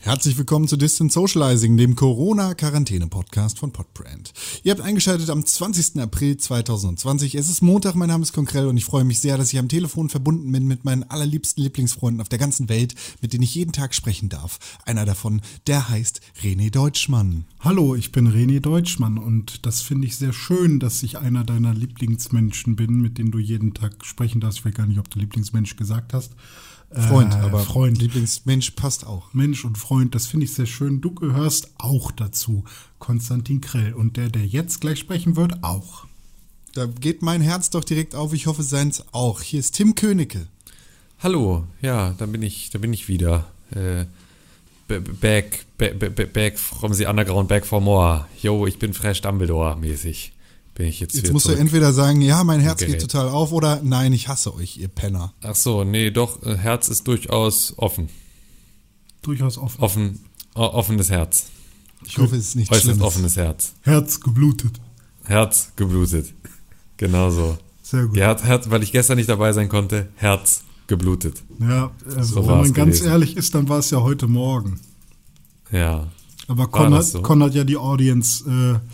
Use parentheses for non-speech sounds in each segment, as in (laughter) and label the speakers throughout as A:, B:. A: Herzlich willkommen zu Distant Socializing, dem Corona-Quarantäne-Podcast von Podbrand. Ihr habt eingeschaltet am 20. April 2020. Es ist Montag, mein Name ist Konkrell und ich freue mich sehr, dass ich am Telefon verbunden bin mit meinen allerliebsten Lieblingsfreunden auf der ganzen Welt, mit denen ich jeden Tag sprechen darf. Einer davon, der heißt René Deutschmann.
B: Hallo, ich bin René Deutschmann und das finde ich sehr schön, dass ich einer deiner Lieblingsmenschen bin, mit denen du jeden Tag sprechen darfst. Ich weiß gar nicht, ob du Lieblingsmensch gesagt hast.
A: Freund, aber
B: Äh, Freund.
A: Lieblingsmensch passt auch.
B: Mensch und Freund, das finde ich sehr schön. Du gehörst auch dazu, Konstantin Krell. Und der, der jetzt gleich sprechen wird, auch.
A: Da geht mein Herz doch direkt auf. Ich hoffe, seins auch. Hier ist Tim Königke.
C: Hallo, ja, da bin ich, da bin ich wieder. Äh, b- b- back, b- b- back from the underground, back for more. Yo, ich bin Fresh Dumbledore mäßig. Bin ich jetzt,
A: Jetzt
C: wieder
A: musst du
C: zurück.
A: entweder sagen, ja, mein Herz
C: Gerät.
A: geht total auf oder nein, ich hasse euch, ihr Penner.
C: Ach so, nee, doch, äh, Herz ist durchaus offen.
B: Durchaus offen.
C: Offen, o- offenes Herz.
A: Ich hoffe, es ist nichts
C: Äußerst
A: Schlimmes.
C: offenes Herz.
B: Herz geblutet.
C: Herz geblutet. (laughs) Genau so.
B: Sehr gut.
C: Ja, Herz, Herz, weil ich gestern nicht dabei sein konnte, Herz geblutet.
B: Ja, äh, wenn
C: war's
B: man ganz
C: gewesen.
B: ehrlich ist, dann war es ja heute Morgen.
C: Ja.
B: Aber Con hat,
C: das so?
B: Con hat ja die Audience äh,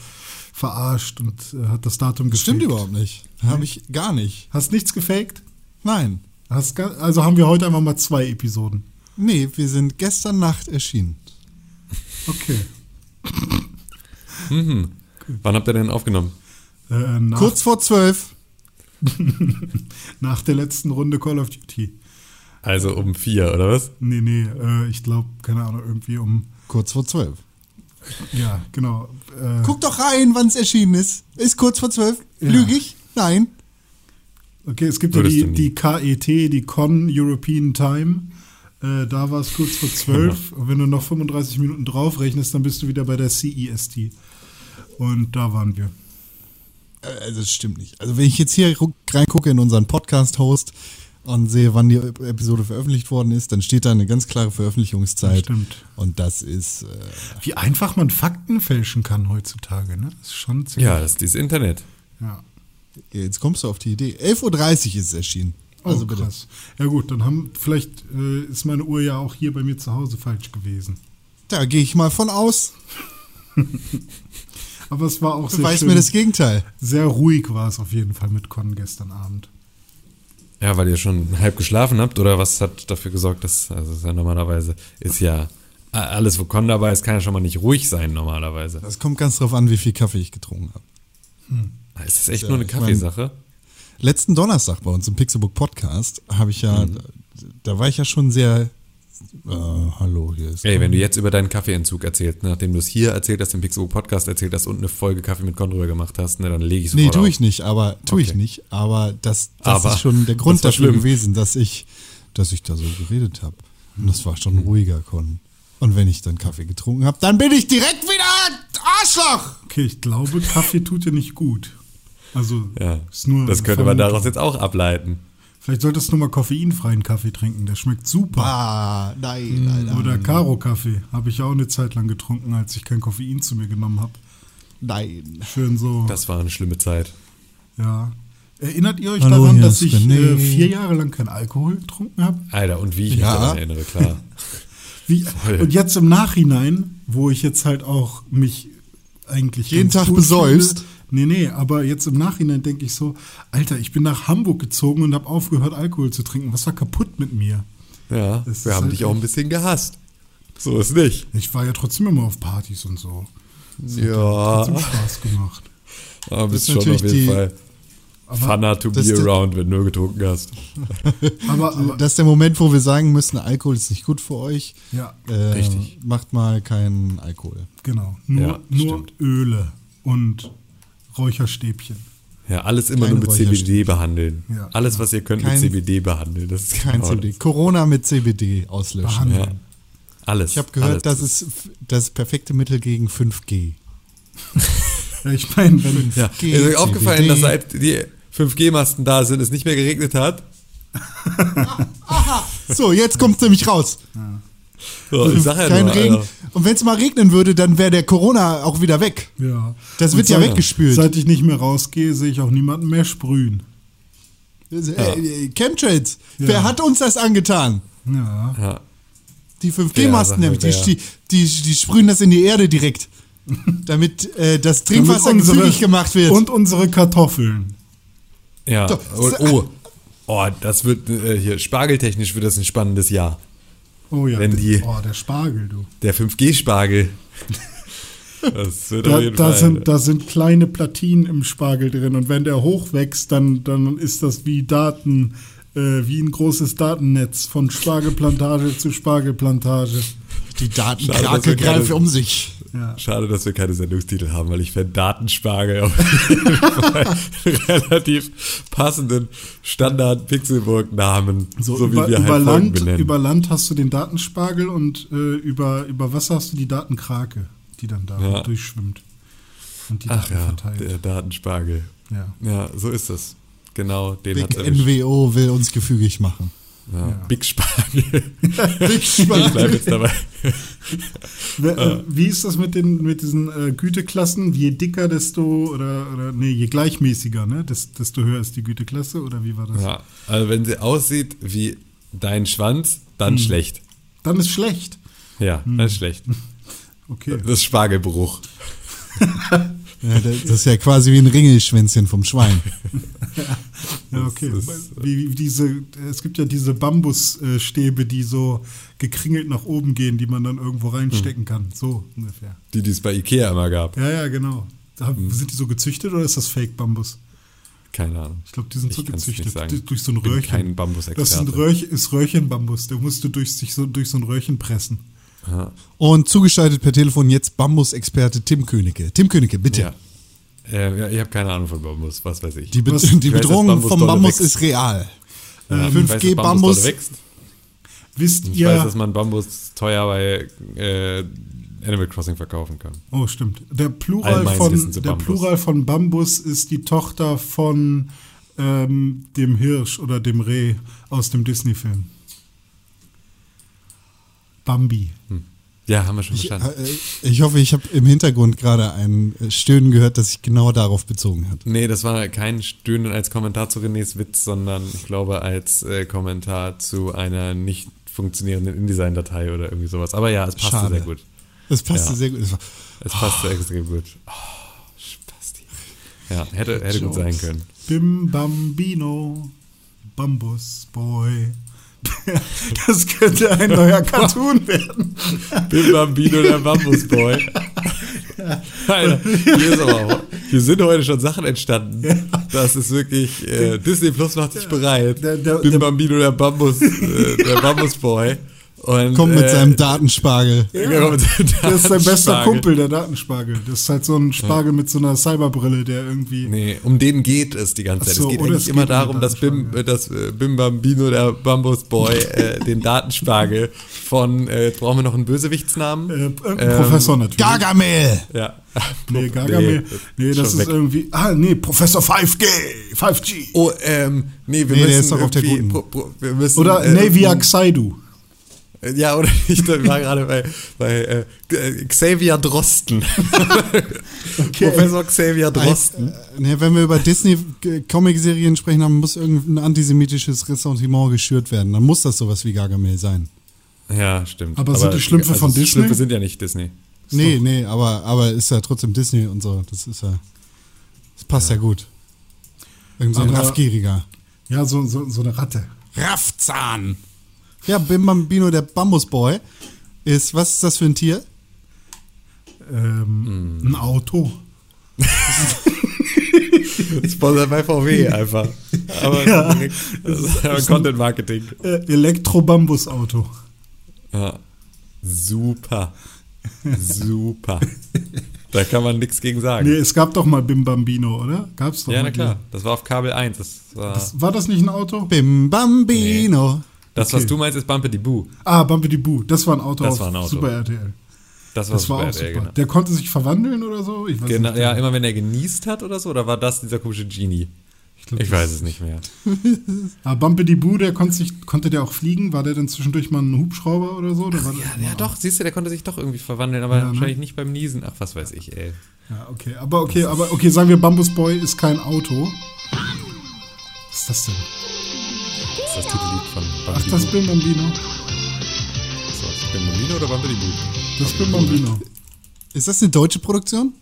B: verarscht und äh, hat das Datum gefaked.
A: Stimmt überhaupt nicht. Habe ich gar nicht.
B: Hast nichts gefaked?
A: Nein.
B: Hast, ga- also haben wir heute einfach mal zwei Episoden.
A: Nee, wir sind gestern Nacht erschienen.
B: Okay.
C: Wann habt ihr denn aufgenommen?
B: Äh, nach,
A: Kurz vor zwölf.
B: nach der letzten Runde Call of Duty.
C: Also um vier, oder was?
B: Nee, nee, äh, ich glaube, keine Ahnung, irgendwie um.
A: Kurz vor zwölf.
B: Ja, genau. Äh,
A: Guck doch rein, wann es erschienen ist. Ist kurz vor zwölf.
B: Ja.
A: Lüge ich? Nein.
B: Okay, es gibt ja
C: Würdest
B: die,
C: du nie.
B: die KET, die Con European Time. Äh, da war es
C: (laughs)
B: kurz vor
C: Genau.
B: 12. Und wenn du noch 35 Minuten draufrechnest, dann bist du wieder bei der CEST. Und da waren wir.
A: Äh, Also, das stimmt nicht. Also, wenn ich jetzt hier ru- reingucke in unseren Podcast-Host und sehe, wann die Ep- Episode veröffentlicht worden ist, dann steht da eine ganz klare Veröffentlichungszeit.
B: Stimmt.
A: Und das ist. Äh,
B: Wie einfach man Fakten fälschen kann heutzutage, ne? Das ist schon ziemlich.
C: Ja, das ist dieses Internet.
B: ja.
A: jetzt kommst du auf die Idee. 11.30 Uhr ist es erschienen.
B: Oh,
A: Also,
B: also
A: bitte.
B: krass. Ja gut, dann haben vielleicht äh, ist meine Uhr ja auch hier bei mir zu Hause falsch gewesen.
A: Da gehe ich mal von aus.
B: Aber es war auch sehr
A: Beweis
B: schön.
A: mir das Gegenteil.
B: sehr ruhig war es auf jeden Fall mit Con gestern Abend.
C: Ja, weil ihr schon halb geschlafen habt oder was hat dafür gesorgt, dass, also es ist ja normalerweise ist ja a- alles, wo Con dabei ist, kann ja schon mal nicht ruhig sein normalerweise.
A: Das kommt ganz drauf an, wie viel Kaffee ich getrunken habe.
C: Ah, Ist das echt
A: Ja,
C: nur eine
A: ich mein-
C: Kaffeesache?
A: Letzten Donnerstag bei uns im Pixelbook Podcast habe ich ja,
C: Mhm.
A: da, da war ich ja schon sehr. Äh, hallo, hier ist.
C: Ey, wenn du jetzt über deinen Kaffeeentzug erzählst, nachdem du es hier erzählt hast, im Pixelbook Podcast erzählt hast und eine Folge Kaffee mit Con drüber gemacht hast, ne, dann lege ich
A: Nee,
C: sofort
A: tue
C: auf.
A: ich nicht, aber tue ich
C: Okay.
A: nicht. Aber das, das
C: Aber
A: ist schon der Grund
C: das war
A: dafür
C: schlimm.
A: gewesen, dass ich, dass ich da so geredet habe. Und das war schon ein ruhiger Con. Und wenn ich dann Kaffee getrunken habe, dann bin ich direkt wieder Arschloch!
B: Okay, ich glaube, Kaffee tut dir nicht gut. Also
C: Ja,
B: ist nur
C: das
B: eine
C: könnte
B: Vermutung.
C: man daraus jetzt auch ableiten.
B: Vielleicht solltest du mal koffeinfreien Kaffee trinken, der schmeckt super.
A: Ah, nein, nein, nein.
B: Oder Karo-Kaffee, habe ich ja auch eine Zeit lang getrunken, als ich kein Koffein zu mir genommen habe.
A: nein.
B: Schön so,
C: Das war eine schlimme Zeit.
B: ja. Erinnert ihr euch
A: Hallo,
B: daran,
A: hier
B: dass
A: ist
B: ich äh,
A: René.
B: vier Jahre lang keinen Alkohol getrunken habe?
C: Alter, und wie ich mich
A: Ja.
C: daran erinnere, klar.
B: Wie, und jetzt im Nachhinein, wo ich jetzt halt auch mich eigentlich
A: Jeden
B: ganz
A: Tag
B: gut
A: besäufst.
B: fühle- Nee, nee, aber jetzt im Nachhinein denke ich so, Alter, ich bin nach Hamburg gezogen und habe aufgehört, Alkohol zu trinken. Was war kaputt mit mir?
C: Ja,
B: Das
C: wir
B: ist
C: haben
B: halt
C: dich auch ein bisschen gehasst. So ist nicht.
B: Ich war ja trotzdem immer auf Partys und so.
A: Ah.
C: Ja,
B: Trotzdem Spaß gemacht.
C: aber Ah, bist
A: Das
C: schon
A: ist
C: auf
A: natürlich
C: jeden
A: die-
C: Fall funner to
A: das
C: be
A: ist die-
C: around, wenn du nur getrunken hast.
B: Aber, aber
A: Das ist der Moment, wo wir sagen müssen, Alkohol ist nicht gut für euch.
B: Ja,
A: äh,
C: richtig.
A: Macht mal keinen Alkohol.
B: genau, nur,
C: Ja,
B: nur
C: stimmt.
B: Öle und Räucherstäbchen.
C: Ja, alles immer
A: Keine
C: nur mit
A: Räucherstäbchen.
C: CBD behandeln.
B: Ja.
C: Alles, was ihr könnt,
A: Kein-
C: mit CBD behandeln. Das ist
A: Kein
C: genau
A: CBD. Corona mit CBD auslöschen.
B: Behandeln.
C: Ja. Alles.
A: Ich habe gehört,
C: alles.
A: das ist f- das perfekte Mittel gegen 5G.
B: Ja, ich meine,
A: (laughs)
B: wenn,
C: Ja.
A: G,
C: Ist euch aufgefallen,
A: CBD.
C: dass seit die 5G-Masten da sind, es nicht mehr geregnet hat?
A: Ah, So, jetzt kommt's nämlich raus.
C: So, Oh, ich sag ja
A: Kein
C: nur, also,
A: Regen.
C: Alter.
A: Und wenn es mal regnen würde, dann wäre der Corona auch wieder weg.
B: ja.
A: Das wird
B: Und
A: ja
B: seit-
A: weggespült.
B: Seit ich nicht mehr rausgehe, sehe ich auch niemanden mehr sprühen.
A: Äh, äh, Chemtrails,
B: Ja.
A: wer hat uns das angetan?
B: Ja.
C: Ja.
A: Die 5G-Masten
C: Ja,
A: nämlich,
C: sag mal,
A: die, die, die, die sprühen das in die Erde
B: (laughs)
A: direkt, damit äh, das Trinkwasser
B: Damit unsere-
A: zügig gemacht wird.
B: Und unsere Kartoffeln.
C: Ja.
A: So,
C: Oh,
A: so-
C: oh. oh, das wird äh, hier spargeltechnisch wird das ein spannendes Jahr.
B: Oh ja,
C: Wenn die-
B: oh, der Spargel, du.
C: Der 5G-Spargel. (laughs) Das wird auf
B: Da,
C: jeden
B: da,
C: Fall.
B: sind, da sind kleine Platinen im Spargel drin und wenn der hochwächst, dann, dann ist das wie Daten, äh, wie ein großes Datennetz von Spargelplantage zu Spargelplantage.
A: die
C: Schade, dass
A: Datenkrake
C: wir keine-
A: greift um sich.
B: Ja.
C: Schade, dass wir keine Sendungstitel haben, weil ich fände Datenspargel auf jeden Fall (laughs) einen relativ passenden Standard-Pixelburg-Namen, so, wie
B: über,
C: wir halt
B: über,
C: Folgen
B: Land,
C: benennen.
B: über Land hast du den Datenspargel und äh, über, über Wasser hast du die Datenkrake, die dann da
C: Ja.
B: durchschwimmt und die
C: Ach
B: Daten
C: ja, der
B: verteilt.
C: Datenspargel.
B: Ja.
C: Ja, so ist es. Genau, den
A: Big
C: hat erwischt.
A: NWO will uns gefügig machen.
C: Ja.
B: Ja.
C: Big
B: (laughs)
C: Spargel.
A: Big
C: Ich bleib
A: Spargel.
C: jetzt dabei.
B: Wer, äh, wie ist das mit, den, mit diesen äh, Güteklassen? Je dicker, desto, oder, oder nee, je gleichmäßiger, ne? Des, desto höher ist die Güteklasse, oder wie war das?
C: Ja, also wenn sie aussieht wie dein Schwanz, dann
B: Hm.
C: schlecht.
B: Dann ist schlecht.
C: Ja,
B: Hm. (laughs)
C: dann schlecht.
B: Okay.
C: Das ist Spargelbruch.
A: Ja, das das ist ja quasi wie ein Ringelschwänzchen vom
C: (laughs)
A: Schwein.
B: Ja, okay.
C: Das ist- äh,
B: Wie, wie diese, es gibt ja diese Bambusstäbe, äh, Stäbe, die so gekringelt nach oben gehen, die man dann irgendwo reinstecken
C: Hm.
B: kann. So ungefähr.
C: Die, die es bei Ikea immer gab.
B: Ja, ja, genau. Da,
C: Hm.
B: Sind die so gezüchtet oder ist das Fake-Bambus?
C: Keine Ahnung.
B: Ich glaube, die sind
C: Ich
B: so
C: kann's
B: gezüchtet.
C: nicht sagen.
B: Du- Durch so ein
C: Ich bin
B: Röhrchen.
C: kein Bambusexperte.
B: Das ist ein Röhrch, ist Röhrchenbambus. Der musst du durch, sich so, durch so ein Röhrchen pressen.
A: Und zugeschaltet per Telefon jetzt Bambus-Experte Tim Königke. Tim Königke, bitte.
C: Ja. Äh, ja, ich habe keine Ahnung von Bambus, was weiß ich.
A: Die, Be (laughs)
B: Was-
A: die
C: Ich weiß,
A: Bedrohung
C: dass Bambus
A: vom
C: dolle
A: Bambus
C: wächst.
A: ist real.
C: Ja, ich weiß, dass
A: 5G Bambus.
C: doll wächst.
B: Wisst
C: Ich
B: ihr.
C: weiß, dass man Bambus teuer bei äh, Animal Crossing verkaufen kann.
B: Oh, stimmt. Der Plural,
C: Allgemein
B: von,
C: wissen sie
B: der
C: Bambus.
B: Plural von Bambus ist die Tochter von ähm, dem Hirsch oder dem Reh aus dem Disney-Film. Bambi.
C: Hm. Ja, haben wir schon
A: Ich,
C: verstanden.
A: äh, ich hoffe, ich habe im Hintergrund gerade ein äh, Stöhnen gehört, das sich genau darauf bezogen hat.
C: Nee, das war kein Stöhnen als Kommentar zu Renés Witz, sondern ich glaube als äh, Kommentar zu einer nicht funktionierenden InDesign-Datei oder irgendwie sowas. Aber ja, es passte
A: Schade.
C: sehr gut.
A: Das passte
C: Ja.
A: sehr gut. Das war-
C: Es passte extrem gut. Oh, Spasti. Ja, hätte, hätte gut sein können.
B: Bim Bambino. Bambus Boy. (laughs) Das könnte ein neuer
C: (laughs)
B: Cartoon werden.
C: Bim Bambino, der (laughs) Bambusboy. Alter, hier, ist aber, auch- hier sind heute schon Sachen entstanden. Das ist wirklich, äh, Disney Plus macht sich bereit.
B: Der- der-
C: Bim
B: der-
C: Bambino, der Bambus, äh, der Bambusboy. Und,
A: Kommt mit
C: äh, (laughs)
A: seinem Datenspargel.
C: Ja, mit seinem
B: Das ist sein bester
C: Datenspargel.
B: Kumpel, der Datenspargel. Das ist halt so ein Spargel mit so einer Cyberbrille, der irgendwie.
C: Nee, um den geht es die ganze
B: Ach
C: Zeit.
B: so,
C: es geht
B: oder
C: eigentlich
B: es
C: immer
B: geht um
C: darum,
B: den
C: dass Bim,
B: Datenspargel.
C: äh, dass äh, Bim Bambino, der Bambusboy, äh, den Datenspargel von, äh, jetzt brauchen wir noch einen Bösewichtsnamen?
B: Äh, irgendein
C: Ähm,
B: Professor natürlich.
A: Gargamel!
C: Ja.
B: Nee, Gargamel. Nee,
C: schon
B: das ist
C: weg.
B: irgendwie. Ah, nee, Professor 5G. 5G.
C: Oh, ähm, nee, wir
A: Nee, der
C: müssen
A: ist doch auf der guten.
C: irgendwie pro- pro- wir müssen,
B: Oder
C: äh,
B: Navia Xaidu.
C: äh, Ja, oder (laughs) ich war gerade bei, bei äh, äh,
B: (laughs)
C: Xavier Drosten. (laughs) Professor Xavier Drosten.
A: Äh, ne, wenn wir über Disney-Comic-Serien sprechen, dann muss irgendein antisemitisches Ressentiment geschürt werden. Dann muss das sowas wie Gargamel sein.
C: Ja, stimmt. also
B: Aber sind die Schlümpfe von Disney?
C: Schlümpfe sind ja nicht Disney.
A: nee, nee, aber, aber ist ja trotzdem Disney und so. Das ist ja. Das passt ja, gut. Irgend so ein
B: Aber-
A: Raffgieriger.
B: Ja, so, so, so eine Ratte.
A: Raffzahn! Ja, Bim Bambino, der Bambusboy, ist, was ist das für ein Tier?
B: Ähm,
C: Mhm.
B: Ein Auto.
C: Sponsor bei
B: (laughs)
C: VW einfach. Aber
B: Ja.
C: direkt, das ist aber Content Marketing.
B: Äh, Elektrobambusauto.
C: Ja. Super. Super. da kann man nichts gegen sagen.
B: Nee, es gab doch mal Bim Bambino, oder? Gab's doch
C: ja,
B: mal
C: na klar.
B: die-
C: Das war auf Kabel 1. Das, war, das,
B: Das, war das nicht ein Auto?
A: Bim Bambino.
C: was
B: okay.
C: du meinst, ist Bumpety Boo.
B: Ah, Bumpity Boo. Das war ein Auto
C: Das
B: auf
C: war ein Auto.
B: Super RTL.
C: Das war,
B: Das war auch
C: RTL,
B: super.
C: Genau.
B: Der konnte sich verwandeln oder so? Ich weiß
C: Genau,
B: nicht.
C: ja, immer wenn er genießt hat oder so, oder war das dieser komische Genie?
B: Ich, glaub,
C: Ich
B: das-
C: weiß es nicht mehr.
B: Ah, Bumpity Boo, der konnte, sich, konnte der auch fliegen? War der denn zwischendurch mal ein Hubschrauber oder so? Oder war der-
C: Ja, doch, siehst du, der konnte sich doch irgendwie verwandeln, aber
B: ne?
C: wahrscheinlich nicht beim Niesen. Ach, was weiß ich, ey.
B: Ja, okay, aber okay, aber okay, sagen wir, Bambus Boy ist kein Auto. Was ist das denn?
C: Das ist das Titellied von
B: Ach, das
C: Bumpty
B: Bim Bambino.
C: Boo. So, ich bin Bambino oder Bambini Boo?
B: Das bin Bambino.
A: Ist das eine deutsche Produktion?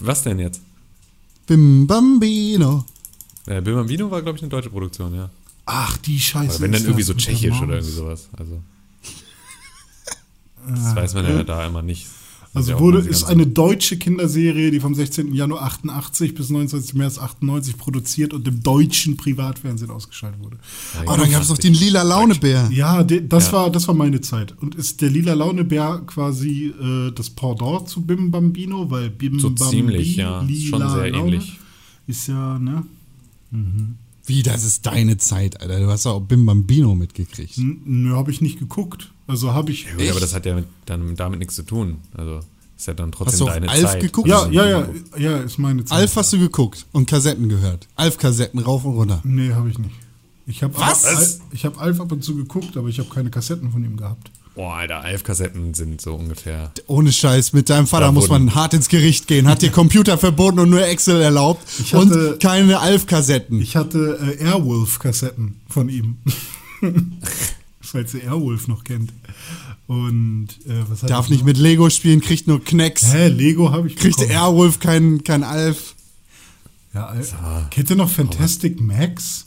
C: Was denn jetzt?
A: Bim Bambino.
C: Äh, Bill Bambino war, glaube ich, eine deutsche Produktion, ja.
B: Ach, die Scheiße.
C: Oder wenn
B: ist
C: dann irgendwie
B: das
C: so
B: mit der
C: tschechisch
B: Maus.
C: oder irgendwie sowas.
A: (laughs)
C: Also.
A: Ah.
C: Das weiß man ja da immer nicht. Das ist
B: Also
C: ja auch
B: wurde,
C: immer das
B: ist
C: Ganze.
B: eine deutsche Kinderserie, die vom 16. Januar 88 bis 29. März 98 produziert und im deutschen Privatfernsehen ausgeschaltet wurde.
C: Ah,
A: Oh, dann gab es noch den lila Launebär.
B: Ja, de, das,
C: Ja.
B: War, das war meine Zeit. Und ist der lila Launebär quasi äh, das Pendant zu Bim Bambino? Weil Bim
C: So
B: Bambi,
C: ziemlich, ja. Ist schon
B: Lila
C: sehr
B: Laune
C: ähnlich.
B: Ist ja, ne?
A: Wie, das ist deine Zeit, Alter. Du hast ja auch Bim Bambino mitgekriegt.
B: N- Nö, habe ich nicht geguckt. Also habe ich.
C: Ja, aber das hat ja mit, dann damit nichts zu tun. Also ist ja dann trotzdem
A: Hast du auch
C: deine
A: Alf
C: Zeit. Also
A: geguckt?
B: ja, ja, ja, ja, ist meine Zeit.
A: Alf hast du geguckt und Kassetten gehört. Alf-Kassetten rauf und runter.
B: Nee, habe ich nicht. Ich habe
A: Was?
B: Alf, ich hab Alf ab und zu geguckt, aber ich habe keine Kassetten von ihm gehabt.
C: Boah, Alter, Alf-Kassetten sind so ungefähr.
A: Ohne Scheiß, mit deinem Vater
C: Da
A: muss
C: wurden-
A: man hart ins Gericht gehen. Hat dir Computer verboten und nur Excel erlaubt
B: Ich hatte-
A: und keine Alf-Kassetten.
B: Ich hatte äh, Airwolf-Kassetten von ihm. (laughs) Falls ihr Airwolf noch kennt. Und äh, was hat
A: Darf nicht mit Lego spielen, kriegt nur Knecks.
B: Hä, Lego habe ich
A: Kriegt
B: bekommen.
A: Airwolf kein, kein Alf.
B: Ja, Al- Kennt ihr noch Fantastic Max?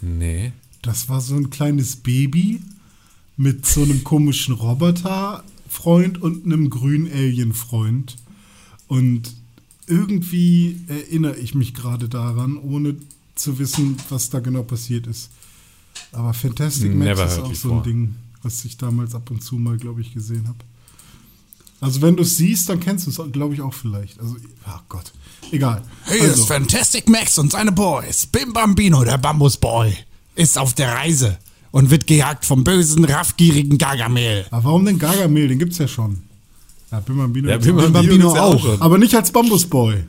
C: Nee.
B: Das war so ein kleines Baby mit so einem komischen Roboter-Freund und einem grünen Alien-Freund. Und irgendwie erinnere ich mich gerade daran, ohne zu wissen, was da genau passiert ist. Aber Fantastic Max
C: Never
B: ist
C: heard
B: auch so
C: before.
B: ein Ding, was ich damals ab und zu mal, glaube ich, gesehen habe. Also wenn du es siehst, dann kennst du es, glaube ich, auch vielleicht. Also, ach Gott, egal. also,
A: Fantastic Max und seine Boys. Bim Bambino, der Bambusboy, ist auf der Reise und wird gejagt vom bösen, raffgierigen Gargamel.
B: aber warum denn Gargamel? Den gibt's ja schon. Ja, Bim Bambino.
C: Ja,
B: gibt's auch.
A: Bim Bambino
C: ist ja
A: auch.
C: schon.
B: Aber nicht als Bambusboy.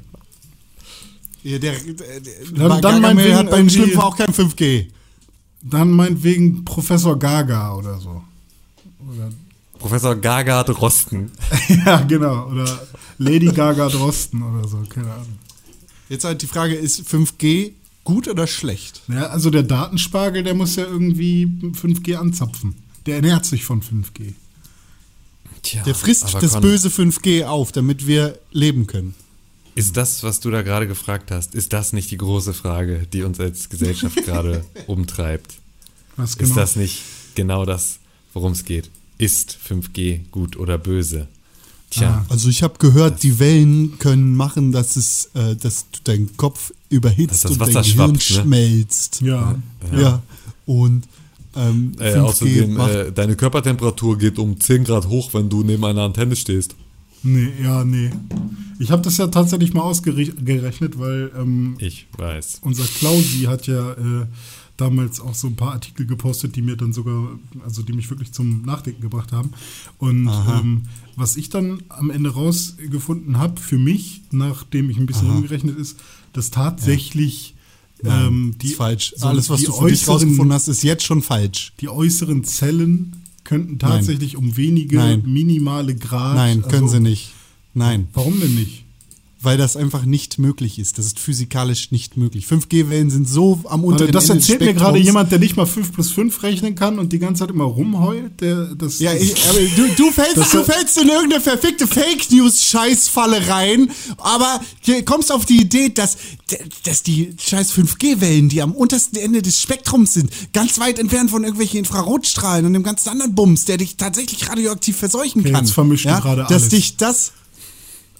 A: Ja, der, der, der
B: Dann- dann
A: Gargamel
B: meinetwegen
A: hat bei den
B: irgendwie-
A: Schlümpfen auch kein 5G.
B: Dann meinetwegen Professor Gaga oder so.
C: Professor Gaga Drosten.
B: (laughs) ja, genau. Oder Lady Gaga Drosten oder so, keine Ahnung.
A: Jetzt halt die Frage, ist 5G gut oder schlecht?
B: Ja, also der Datenspargel, der muss ja irgendwie 5G anzapfen. Der ernährt sich von 5G.
C: Tja,
A: Der frisst
C: aber
A: das
C: Con,
A: böse 5G auf, damit wir leben können.
C: Ist das, was du da gerade gefragt hast, ist das nicht die große Frage, die uns
A: (laughs)
C: als Gesellschaft gerade umtreibt?
B: Was genau?
C: Ist das nicht genau das, worum es geht? Ist 5G gut oder böse? Tja,
A: Also ich habe gehört, die Wellen können machen, dass es, äh, dass du deinen Kopf
C: Dass
A: überhitzt
C: das
A: und dein
C: Wasser
A: Gehirn
C: schwappt, ne?
A: schmelzt.
B: Ja.
A: Ja. Und ähm,
C: äh,
A: 5G
C: außerdem,
A: macht
C: äh, deine Körpertemperatur geht um 10 Grad hoch, wenn du neben einer Antenne stehst.
B: Nee, ja, nee. Ich habe das ja tatsächlich mal ausgerechnet, weil ähm,
C: Ich weiß.
B: unser Klausi hat ja äh, damals auch so ein paar Artikel gepostet, die mir dann sogar, also die mich wirklich zum Nachdenken gebracht haben. Und ähm, was ich dann am Ende rausgefunden habe für mich, nachdem ich ein bisschen umgerechnet ist, dass tatsächlich
A: Nein,
B: ähm,
A: ist
B: die,
A: falsch.
B: so
A: Alles, was
B: die
A: du für dich
B: äußeren-
A: rausgefunden hast, ist jetzt schon falsch.
B: die äußeren Zellen könnten
A: Nein.
B: tatsächlich um wenige
A: Nein.
B: minimale Grad.
A: Nein, können
B: also-
A: sie nicht. Nein,
B: Warum denn nicht?
A: weil das einfach nicht möglich ist. Das ist physikalisch nicht möglich. 5G-Wellen sind so am
B: Und
A: unteren
B: das
A: Ende des
B: erzählt mir gerade
A: Spektrums.
B: jemand, der nicht mal 5 plus 5 rechnen kann und die ganze Zeit immer rumheult. Der, das,
A: Ja, ich, aber du, du, fällst, du fällst in irgendeine verfickte Fake News-Scheißfalle rein, aber hier kommst auf die Idee, dass, dass die scheiß 5G-Wellen, die am untersten Ende des Spektrums sind, ganz weit entfernt von irgendwelchen Infrarotstrahlen und dem ganzen anderen Bums, der dich tatsächlich radioaktiv verseuchen
B: Okay,
A: kann.
B: jetzt vermischst du
A: ja,
B: gerade
A: Dass
B: alles.
A: dich das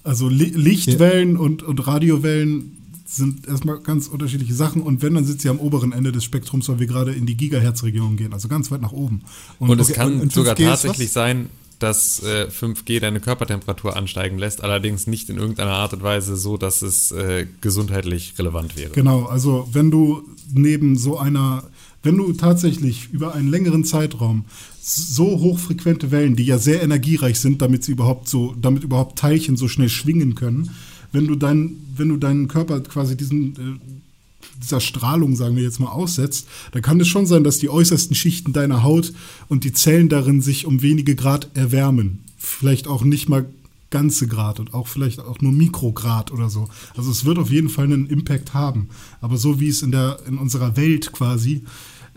B: Also Li Lichtwellen und, und Radiowellen sind erstmal ganz unterschiedliche Sachen und wenn, dann sind sie am oberen Ende des Spektrums, weil wir gerade in die Gigahertz-Region gehen, also ganz weit nach oben.
C: Und es
A: Okay,
C: kann
A: und- und
C: sogar
A: 5G ist
C: tatsächlich
A: was?
C: sein, dass äh, 5G deine Körpertemperatur ansteigen lässt, allerdings nicht in irgendeiner Art und Weise so, dass es äh, gesundheitlich relevant wäre.
B: Genau, also wenn du neben so einer, wenn du tatsächlich über einen längeren Zeitraum so hochfrequente Wellen, die ja sehr energiereich sind, damit sie überhaupt so, damit überhaupt Teilchen so schnell schwingen können, wenn du dein, wenn du deinen Körper quasi diesen äh, dieser Strahlung, sagen wir jetzt mal, aussetzt, dann kann es schon sein, dass die äußersten Schichten deiner Haut und die Zellen darin sich um wenige Grad erwärmen. Vielleicht auch nicht mal ganze Grad und auch vielleicht auch nur Mikrograd oder so. Also es wird auf jeden Fall einen Impact haben. Aber so wie es in der in unserer Welt quasi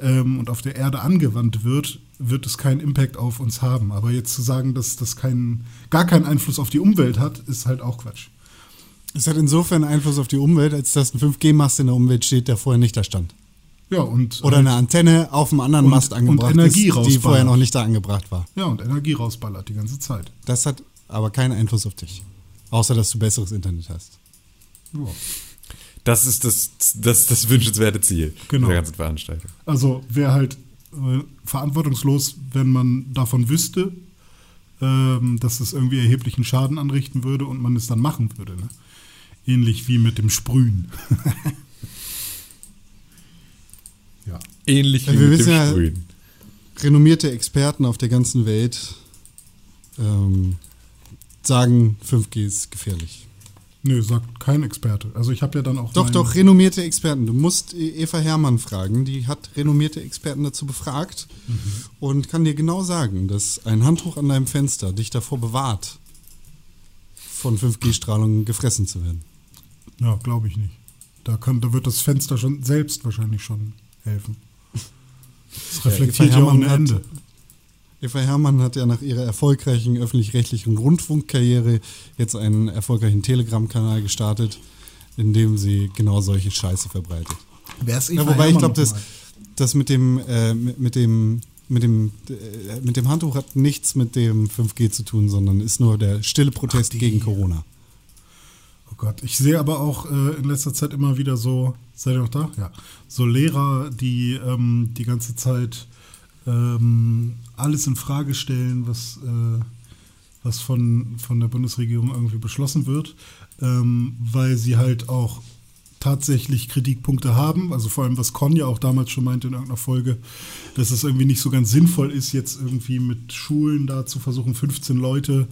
B: ähm, und auf der Erde angewandt wird, wird es keinen Impact auf uns haben. Aber jetzt zu sagen, dass das keinen, gar keinen Einfluss auf die Umwelt hat, ist halt auch Quatsch.
A: Es hat insofern Einfluss auf die Umwelt, als dass ein 5G-Mast in der Umwelt steht, der vorher nicht da stand.
B: Ja, und,
A: Oder eine Antenne auf einem anderen
B: Und-
A: Mast
B: und
A: angebracht ist,
B: Energie
A: die
B: rausballert.
A: vorher noch nicht da angebracht war.
B: ja, und Energie rausballert die ganze Zeit.
A: Das hat aber keinen Einfluss auf dich. Außer, dass du besseres Internet hast.
B: Ja.
C: Das ist das, das, das wünschenswerte Ziel
B: Genau.
C: dieser ganzen Veranstaltung.
B: Also wäre halt äh, verantwortungslos, wenn man davon wüsste, ähm, dass es irgendwie erheblichen Schaden anrichten würde und man es dann machen würde. Ne? Ähnlich wie mit
A: (laughs)
B: dem Sprühen. ja.
C: Ähnlich wie
A: Wir
C: mit
A: wissen
C: dem
A: ja-
C: Sprühen.
A: Renommierte Experten auf der ganzen Welt ähm, sagen, 5G ist gefährlich.
B: Nö, sagt kein Experte. Also ich habe ja dann auch.
A: Doch,
B: mein-
A: doch, renommierte Experten. Du musst E- Eva Hermann fragen. Die hat renommierte Experten dazu befragt und kann dir genau sagen, dass ein Handtuch an deinem Fenster dich davor bewahrt, von 5G-Strahlung gefressen zu werden.
B: Ja, glaube ich nicht. Da, kann, da wird das Fenster schon selbst wahrscheinlich schon
A: (laughs)
B: helfen. Das reflektiert
A: Eva
B: ja, auch
A: Herrmann
B: ohne
A: hat-
B: Ende.
A: Eva Herrmann hat ja nach ihrer erfolgreichen öffentlich-rechtlichen Rundfunkkarriere jetzt einen erfolgreichen Telegram-Kanal gestartet, in dem sie genau solche Scheiße verbreitet.
B: Wer ist
A: Ja, wobei ich glaube, das, das mit dem, äh, mit mit dem, mit dem, äh, mit dem Handtuch hat nichts mit dem 5G zu tun, sondern ist nur der stille Protest gegen Corona.
B: Oh Gott, ich sehe aber auch äh, in letzter Zeit immer wieder so, seid ihr noch da? Ja. So Lehrer, die ähm, die ganze Zeit ähm, alles in Frage stellen, was, äh, was von, von der Bundesregierung irgendwie beschlossen wird, ähm, weil sie halt auch tatsächlich Kritikpunkte haben, also vor allem was Con ja auch damals schon meinte in irgendeiner Folge, dass es irgendwie nicht so ganz sinnvoll ist, jetzt irgendwie mit Schulen da zu versuchen, 15 Leute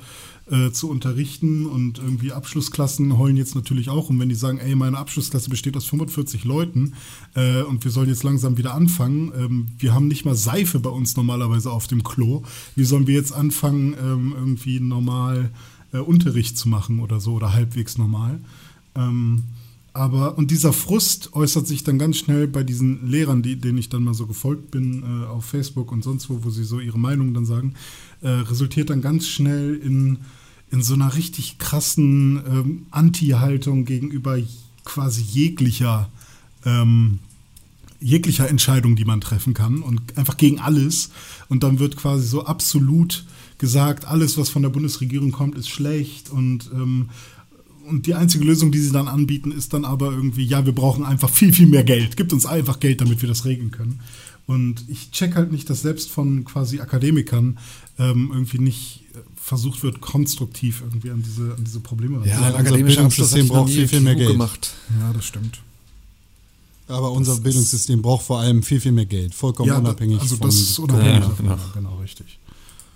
B: äh, zu unterrichten und irgendwie Abschlussklassen heulen jetzt natürlich auch um, wenn die sagen, ey, meine Abschlussklasse besteht aus 45 Leuten äh, und wir sollen jetzt langsam wieder anfangen. Ähm, wir haben nicht mal Seife bei uns normalerweise auf dem Klo. Wie sollen wir jetzt anfangen, ähm, irgendwie normal äh, Unterricht zu machen oder so oder halbwegs normal? Ähm, aber, und dieser Frust äußert sich dann ganz schnell bei diesen Lehrern, die, denen ich dann mal so gefolgt bin, äh, auf Facebook und sonst wo, wo sie so ihre Meinung dann sagen, äh, resultiert dann ganz schnell in, in so einer richtig krassen ähm, Anti-Haltung gegenüber j- quasi jeglicher ähm, jeglicher Entscheidung, die man treffen kann und einfach gegen alles. Und dann wird quasi so absolut gesagt, alles, was von der Bundesregierung kommt, ist schlecht und ähm, und die einzige Lösung, die sie dann anbieten, ist dann aber irgendwie, ja, wir brauchen einfach viel, viel mehr Geld. Gibt uns einfach Geld, damit wir das regeln können. Und ich check halt nicht, dass selbst von quasi Akademikern ähm, irgendwie nicht äh, versucht wird, konstruktiv irgendwie an diese, an diese Probleme
A: Ja,
B: ranzugehen.
A: unser Bildungssystem braucht viel, viel mehr Geld.
C: Gemacht.
B: ja, das stimmt.
A: Aber unser
B: ist-
A: Bildungssystem braucht vor allem viel, viel mehr Geld, vollkommen
B: ja, da-
A: unabhängig
B: also
A: von
B: das ist unabhängig.
C: Ja,
B: davon,
C: genau.
B: ja, genau, richtig.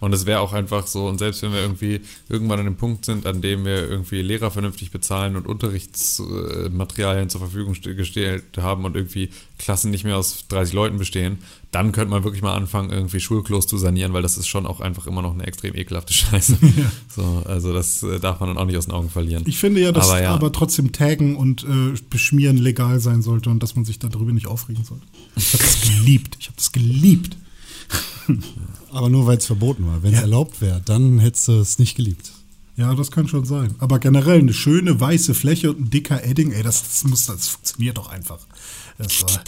C: Und es wäre auch einfach so, und selbst wenn wir irgendwie irgendwann an dem Punkt sind, an dem wir irgendwie Lehrer vernünftig bezahlen und Unterrichtsmaterialien zur Verfügung ste- gestellt haben und irgendwie Klassen nicht mehr aus 30 Leuten bestehen, dann könnte man wirklich mal anfangen, irgendwie Schulklos zu sanieren, weil das ist schon auch einfach immer noch eine extrem ekelhafte (laughs) Scheiße. So, also das äh, darf man dann auch nicht aus den Augen verlieren.
B: Ich finde ja, dass
C: Aber
B: aber,
C: ja.
B: trotzdem Taggen und äh, Beschmieren legal sein sollte und dass man sich darüber nicht aufregen sollte. Ich habe das geliebt. Ich habe das geliebt.
A: Aber nur weil es verboten war. Wenn es
B: Ja.
A: erlaubt wäre, dann hättest du es nicht geliebt.
B: Ja, das kann schon sein. Aber generell eine schöne weiße Fläche und ein dicker Edding, ey, das, das muss, das funktioniert doch einfach. Das war,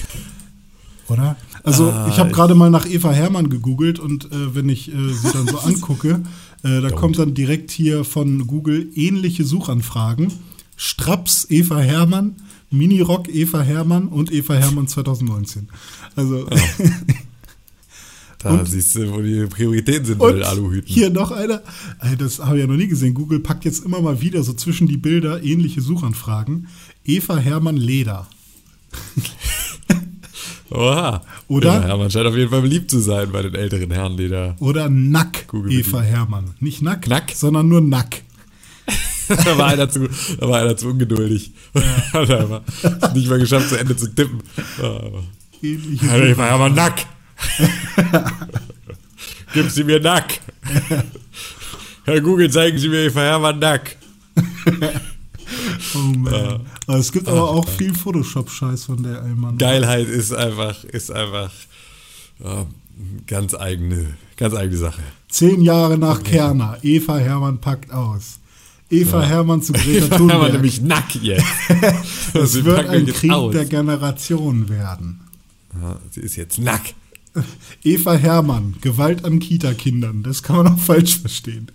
B: oder? Also ich habe gerade mal nach Eva Hermann gegoogelt und äh, wenn ich äh, sie dann so angucke, äh, da kommt dann direkt hier von Google ähnliche Suchanfragen. Straps Eva Hermann, Minirock Eva Hermann und Eva Hermann 2019. Also
C: Da siehst du, wo die Prioritäten sind bei
B: und
C: den Aluhüten.
B: hier noch einer. Ey, Das habe ich ja noch nie gesehen. Google packt jetzt immer mal wieder so zwischen die Bilder ähnliche Suchanfragen. Eva Hermann Leder.
C: Oha.
B: Oder?
C: Ja, man scheint auf jeden Fall beliebt zu sein bei den älteren Herren, die da. (laughs)
B: Oder Nack
C: Google
B: Eva
C: bedient.
B: Hermann. Nicht Nack,
C: Nack?
B: sondern nur Nack.
C: da, war einer zu, da war einer zu ungeduldig. (laughs) Hat er einfach nicht mehr geschafft, zu Ende zu tippen. Aber-
B: Ähnliche
C: Harry, ich war aber nack. (laughs) Gib sie mir nack. Herr Google, zeigen Sie mir Eva Hermann nack.
B: Oh, man. Aber es gibt aber auch viel Photoshop-Scheiß von der Allmann.
C: Geilheit ist einfach, ist einfach äh, ganz eigene, ganz eigene Sache.
B: Zehn Jahre nach Kerner, Eva Hermann packt aus. Eva Hermann zu
C: (laughs)
B: Greta
C: Da haben wir
B: Thunberg.
C: nämlich Nack jetzt. (laughs)
B: Es
C: Sie
B: wird
C: packen
B: ein
C: jetzt
B: Krieg
C: aus.
B: der Generation werden.
C: Ja, sie ist jetzt Nack.
B: Eva Hermann, Gewalt an Kita-Kindern. Das kann man auch falsch verstehen.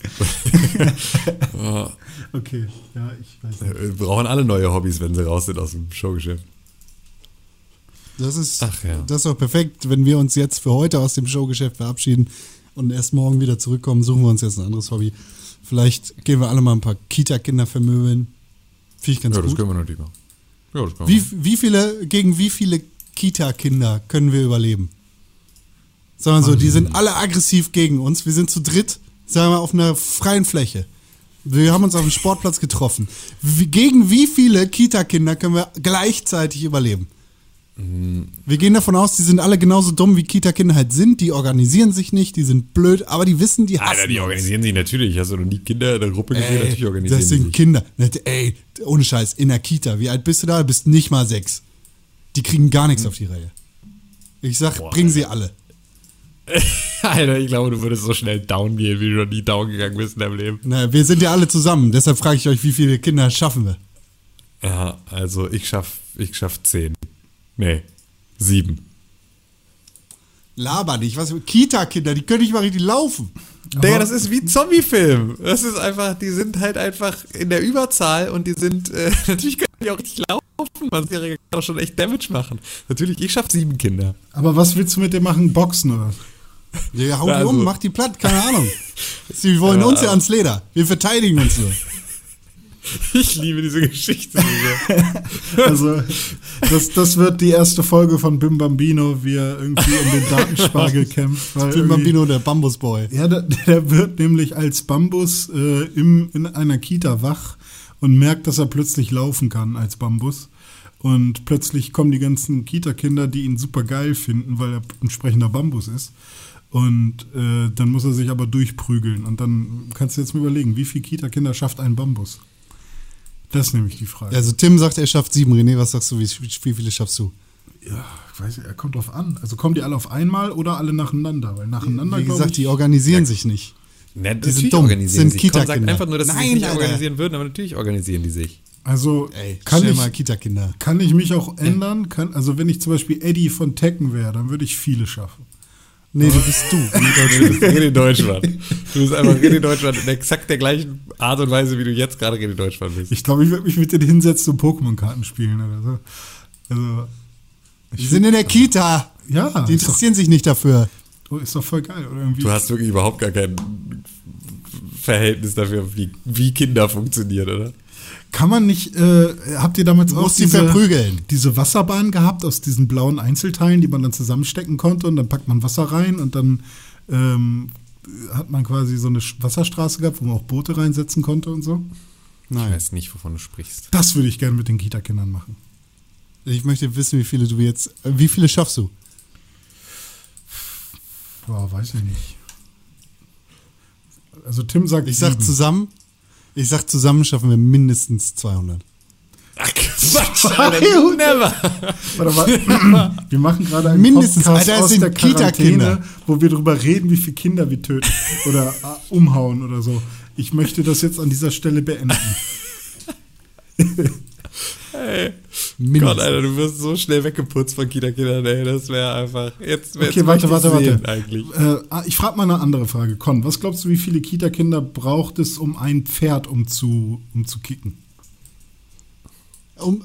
B: okay, ja, ich weiß nicht.
C: Äh, Wir brauchen alle neue Hobbys, wenn sie raus sind aus dem Showgeschäft.
A: Das ist,
C: Ach ja.
A: das ist doch perfekt, wenn wir uns jetzt für heute aus dem Showgeschäft verabschieden und erst morgen wieder zurückkommen, suchen wir uns jetzt ein anderes Hobby. Vielleicht gehen wir alle mal ein paar Kita-Kinder vermöbeln. Finde ich ganz
C: Ja, das
A: gut.
C: können wir natürlich machen. Ja, das können
A: Wie,
C: wir.
A: wie viele, gegen wie viele Kita-Kinder können wir überleben? Sagen wir so, die sind alle aggressiv gegen uns. Wir sind zu dritt, sagen wir, auf einer freien Fläche. Wir haben uns auf dem Sportplatz getroffen. Wie, gegen wie viele Kita-Kinder können wir gleichzeitig überleben? Wir gehen davon aus, die sind alle genauso dumm, wie Kita-Kinder halt sind. Die organisieren sich nicht, die sind blöd, aber die wissen, die hassen
C: Alter, die
A: uns.
C: organisieren sich natürlich. Hast du noch nie Kinder in der Gruppe gesehen?
A: Ey,
C: natürlich organisieren
A: das
C: die
A: sind
C: sich.
A: Kinder. Nicht- Ey, ohne Scheiß, in der Kita. Wie alt bist du da? Du bist nicht mal sechs. Die kriegen gar nichts auf die Reihe. Ich sag,
C: Boah,
A: bring sie alle.
C: (laughs) Alter, ich glaube, du würdest so schnell down gehen, wie du noch nie down gegangen bist in deinem Leben.
A: Na, Ne, wir sind ja alle zusammen. Deshalb frage ich euch, wie viele Kinder schaffen wir?
C: Ja, also ich schaff, ich schaff zehn. Nee, sieben.
A: Laber nicht. Was Kita-Kinder, die können nicht mal richtig laufen.
C: Digga, das ist wie ein Zombie-Film. Das ist einfach, die sind halt einfach in der Überzahl und die sind, äh, (laughs) natürlich können die auch richtig laufen. Man kann auch schon echt Damage machen. Natürlich, ich schaff sieben Kinder.
B: Aber was willst du mit dem machen? Boxen oder? was?
A: Ja, hau die
C: Also-
A: um, mach die platt, keine Ahnung. Sie wollen uns ja ans Leder. Wir verteidigen uns nur.
C: Ich liebe diese Geschichte. so (laughs) sehr.
B: Also, das, das wird die erste Folge von Bim Bambino, wie er irgendwie um den Datenspargel kämpft. Weil
A: Film
B: irgendwie-
A: Bambino, der Bambusboy.
B: Ja, der, der wird nämlich als Bambus äh, im, in einer Kita wach und merkt, dass er plötzlich laufen kann als Bambus. Und plötzlich kommen die ganzen Kita-Kinder, die ihn super geil finden, weil er entsprechender Bambus ist. Und äh, dann muss er sich aber durchprügeln. Und dann kannst du jetzt mal überlegen, wie viele Kita-Kinder schafft ein Bambus? Das ist nämlich die Frage.
A: Also Tim sagt, er schafft sieben. René, was sagst du? Wie, wie viele schaffst du?
B: Ja, ich weiß nicht, er kommt drauf an. Also kommen die alle auf einmal oder alle nacheinander? Weil nacheinander,
A: Wie
B: glaub
A: gesagt,
B: ich,
A: die organisieren sich nicht.
C: Na, die
A: sind dumm, sind
C: sich. Con sagt
A: Kita-Kinder.
C: einfach nur, dass sie
A: Nein,
C: sich nicht
A: Alter.
C: organisieren würden, aber natürlich organisieren die sich.
B: also
A: Ey,
B: kann
A: stell
B: ich,
A: mal Kita-Kinder.
B: kann ich mich auch ändern? Kann, also wenn ich zum Beispiel Eddie von Tekken wäre, dann würde ich viele schaffen.
A: Nee, du bist (laughs) du.
C: Du bist René Deutschland. Du bist einfach René Deutschland in exakt der gleichen Art und Weise, wie du jetzt gerade René Deutschland bist.
B: Ich glaube, ich würde mich mit denen hinsetzen und Pokémon-Karten spielen oder so. Also,
A: Die sind in der Kita. Die
B: ja, ist, doch,
A: interessieren sich nicht dafür.
B: oh, ist doch voll geil. Oder irgendwie.
C: Du hast wirklich überhaupt gar kein Verhältnis dafür, wie, wie Kinder funktionieren, oder?
B: kann man nicht, äh, habt ihr damals auch
A: musst sie verprügeln.
B: diese Wasserbahn gehabt aus diesen blauen Einzelteilen, die man dann zusammenstecken konnte und dann packt man Wasser rein und dann ähm, hat man quasi so eine Sch- Wasserstraße gehabt, wo man auch Boote reinsetzen konnte und so.
C: Ich
A: Nein.
C: weiß nicht, wovon du sprichst.
B: Das würde ich gerne mit den Kita-Kindern machen.
A: Ich möchte wissen, wie viele du jetzt. äh, Wie viele schaffst du?
B: Boah, weiß ich nicht. Also Tim sagt,
A: Ich sag
B: (laughs) sieben.
A: zusammen. Ich sag zusammen schaffen wir mindestens 200.
C: Ach, Quatsch, (laughs) Alter,
A: ne.
C: never.
B: Warte mal.
A: (laughs)
B: wir machen gerade einen
A: Mindestens,
B: Podcast
A: Alter, es
B: aus
A: sind
B: der Quarantäne,
A: Kita-Kinder.
B: wo wir darüber reden, wie viele Kinder wir töten oder äh, umhauen oder so. Ich möchte das jetzt an dieser
A: (laughs)
B: Stelle beenden.
C: Ey.
A: Mindestens.
C: Gott, Alter, du wirst so schnell weggeputzt von Kita-Kindern, ey. Das wäre einfach. Jetzt wär-
B: Okay,
C: jetzt
B: warte,
C: möchte
B: warte,
C: ich's
B: warte.
C: sehen Eigentlich.
B: Äh, ah, ich frage mal eine andere Frage. Con, was glaubst du, wie viele Kita-Kinder braucht es, um ein Pferd umzu, umzukicken?
A: Um,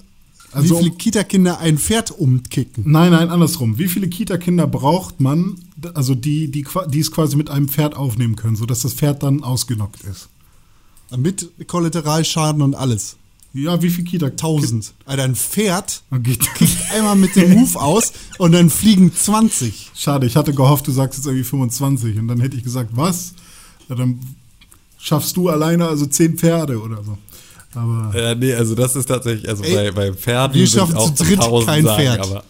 B: Also-
A: wie viele Kita-Kinder ein Pferd umkicken?
B: Nein, nein, andersrum. Wie viele Kita-Kinder braucht man, d- also die, die, qua- die es quasi mit einem Pferd aufnehmen können, sodass das Pferd dann ausgenockt ist?
A: Mit Kollateralschaden und alles.
B: Ja, wie viele Kita?
A: 1000. Alter, ein Pferd
B: Okay.
A: kickt (laughs) einmal mit dem Move aus und dann fliegen 20.
B: Schade, ich hatte gehofft, du sagst jetzt irgendwie 25 und dann hätte ich gesagt, was? Ja, dann schaffst du alleine also 10 Pferde oder so. Aber
C: Ja, nee, also das ist tatsächlich, also
A: Ey,
C: bei, bei Pferden.
A: wir
C: würd ich
A: schaffen
C: auch
A: zu dritt
C: 1000
A: kein Pferd.
C: Aber,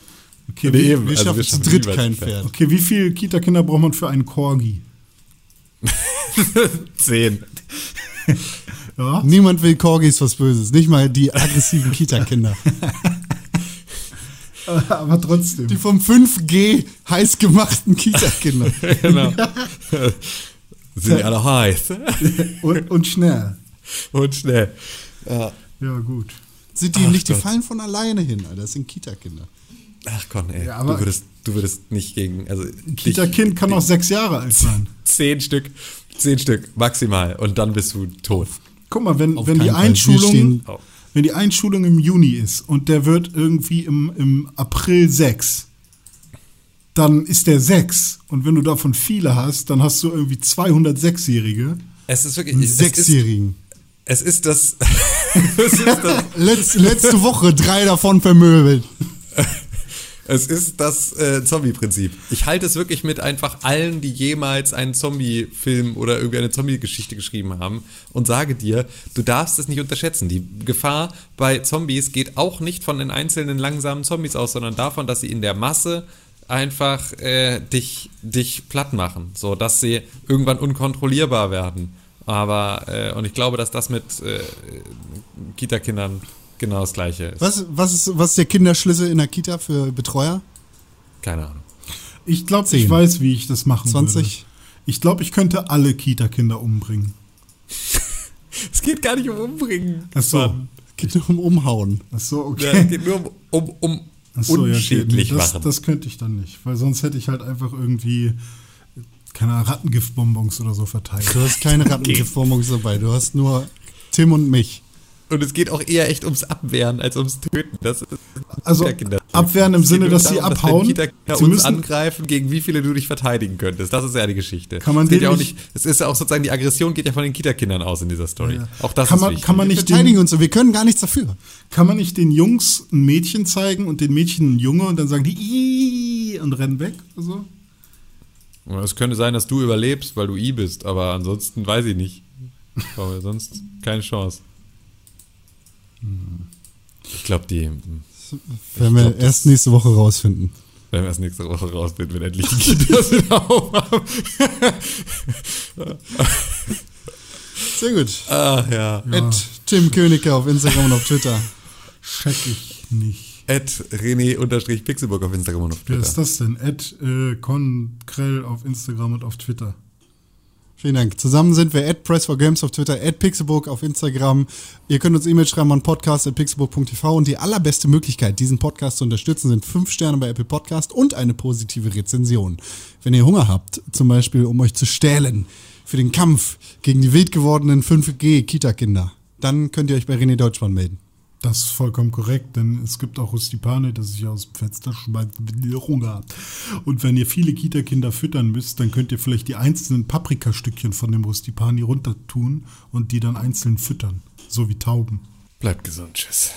B: okay,
C: Nee,
B: wie,
C: eben.
A: Wir
C: Also
A: schaffen
C: wir
A: zu
C: schaffen
A: dritt
C: niemals
A: kein
C: ein Pferd.
A: Pferd.
B: okay, wie viele Kita-Kinder braucht man für
A: (laughs)
B: einen Corgi?
C: zehn. (laughs)
B: Ja?
A: Niemand will Corgis was Böses. Nicht mal die aggressiven Kita-Kinder.
B: Aber trotzdem. (laughs)
A: Die vom 5G heiß gemachten Kita-Kinder. (laughs)
C: genau. Sind ja alle heiß. (laughs)
B: Und, und schnell.
C: Und schnell.
B: Ja, gut.
A: Sind die
C: Ach
A: nicht, die
C: Gott.
A: fallen von alleine hin, Alter. Das sind Kita-Kinder.
C: Ach Gott, ey.
B: Ja, aber-
C: du, würdest, du würdest nicht gegen. Also, dich-
B: Kita-Kind kann auch sechs Jahre alt sein.
C: Zehn Stück. Zehn Stück maximal. Und dann bist du tot.
B: Guck mal, wenn,
A: Auf
B: wenn die
A: keinen Fall. Wir
B: Einschulung,
A: stehen-
B: wenn die Einschulung im Juni ist und der wird irgendwie im, im April 6, dann ist der 6. Und wenn du davon viele hast, dann hast du irgendwie 206-Jährige.
C: Es ist wirklich.
A: Einen
C: es ist-
A: Sechsjährigen.
C: Es ist das. (laughs) es ist das.
A: Letz, (laughs) letzte Woche drei davon vermöbelt.
C: Es ist das äh, Zombie-Prinzip. Ich halte es wirklich mit einfach allen, die jemals einen Zombie-Film oder irgendwie eine Zombie-Geschichte geschrieben haben und sage dir, du darfst es nicht unterschätzen. Die Gefahr bei Zombies geht auch nicht von den einzelnen langsamen Zombies aus, sondern davon, dass sie in der Masse einfach äh, dich, dich platt machen, so dass sie irgendwann unkontrollierbar werden. Aber äh, und ich glaube, dass das mit äh, Kita-Kindern genau das Gleiche ist.
A: Was, was, ist, was ist der Kinderschlüssel in der Kita für Betreuer?
C: Keine Ahnung.
B: Ich glaube, ich
A: Zehn.
B: weiß, wie ich das machen 20. würde.
A: 20?
B: Ich glaube, ich könnte alle Kita-Kinder umbringen.
C: Es geht gar nicht um Umbringen.
B: Ach so.
C: Mann.
A: Geht nur um Umhauen.
B: Ach so,
C: Ja, es
B: okay.
C: geht nur um, um, um
B: Ach so, ja, okay. Nee,
C: unschädlich
B: das,
C: machen.
B: das könnte ich dann nicht, weil sonst hätte ich halt einfach irgendwie, keine Ahnung, Rattengiftbonbons oder so verteilt.
A: Du hast
B: (laughs)
A: keine Rattenverformung dabei. Du hast nur Tim und mich.
C: Und es geht auch eher echt ums Abwehren als ums Töten. Das ist
B: Also,
C: Kita-Kinder.
B: abwehren im
C: Es geht
B: Sinne,
C: nur
B: dass sie
C: darum,
B: abhauen.
C: Wenn Kita-Kinder
B: Sie
C: uns
B: müssen-
C: angreifen, gegen wie viele du dich verteidigen könntest. Das ist ja die Geschichte.
B: Kann man
C: es geht
B: den
C: ja auch
B: nicht-
C: nicht. Es ist ja auch sozusagen die Aggression geht ja von den Kita-Kindern aus in dieser Story.
B: Ja.
C: Auch das
B: kann
C: ist
B: man,
C: wichtig.
B: kann man
A: Wir
B: nicht
A: verteidigen
B: den,
A: uns und wir können gar nichts dafür.
B: Kann man nicht den Jungs ein Mädchen zeigen und den Mädchen ein Junge und dann sagen die "Ih" und rennen weg? Also?
C: es könnte sein, dass du überlebst, weil du I bist, aber ansonsten weiß ich nicht. Aber sonst keine Chance.
B: Hm.
C: Ich glaube, die
A: Werden wir erst nächste Woche rausfinden.
C: Wenn wir es nächste Woche rausfinden, wenn endlich die Kitas (laughs) wieder aufhaben.
A: Sehr gut.
C: Ach ja.
A: At Tim Königke auf Instagram und auf Twitter.
B: Check ich nicht.
C: At René-Pixelburg auf Instagram und auf
B: Wer
C: Twitter.
B: ist das denn? Ed äh, Conkrell auf Instagram und auf Twitter.
A: Vielen Dank. Zusammen sind wir at Press4Games auf Twitter, at Pixelburg auf Instagram. Ihr könnt uns E-Mail schreiben an podcast.pixelburg.tv und die allerbeste Möglichkeit, diesen Podcast zu unterstützen, sind fünf Sterne bei Apple Podcast und eine positive Rezension. Wenn ihr Hunger habt, zum Beispiel um euch zu stählen für den Kampf gegen die wild gewordenen 5G-Kita-Kinder, dann könnt ihr euch bei René Deutschmann melden.
B: Das ist vollkommen korrekt, denn es gibt auch Rustipane, das sich aus dem Fenster schmeißt, wenn ihr Hunger habt. Und wenn ihr viele Kita-Kinder füttern müsst, dann könnt ihr vielleicht die einzelnen Paprikastückchen von dem Rustipani runter tun und die dann einzeln füttern. So wie Tauben.
C: Bleibt gesund. Tschüss.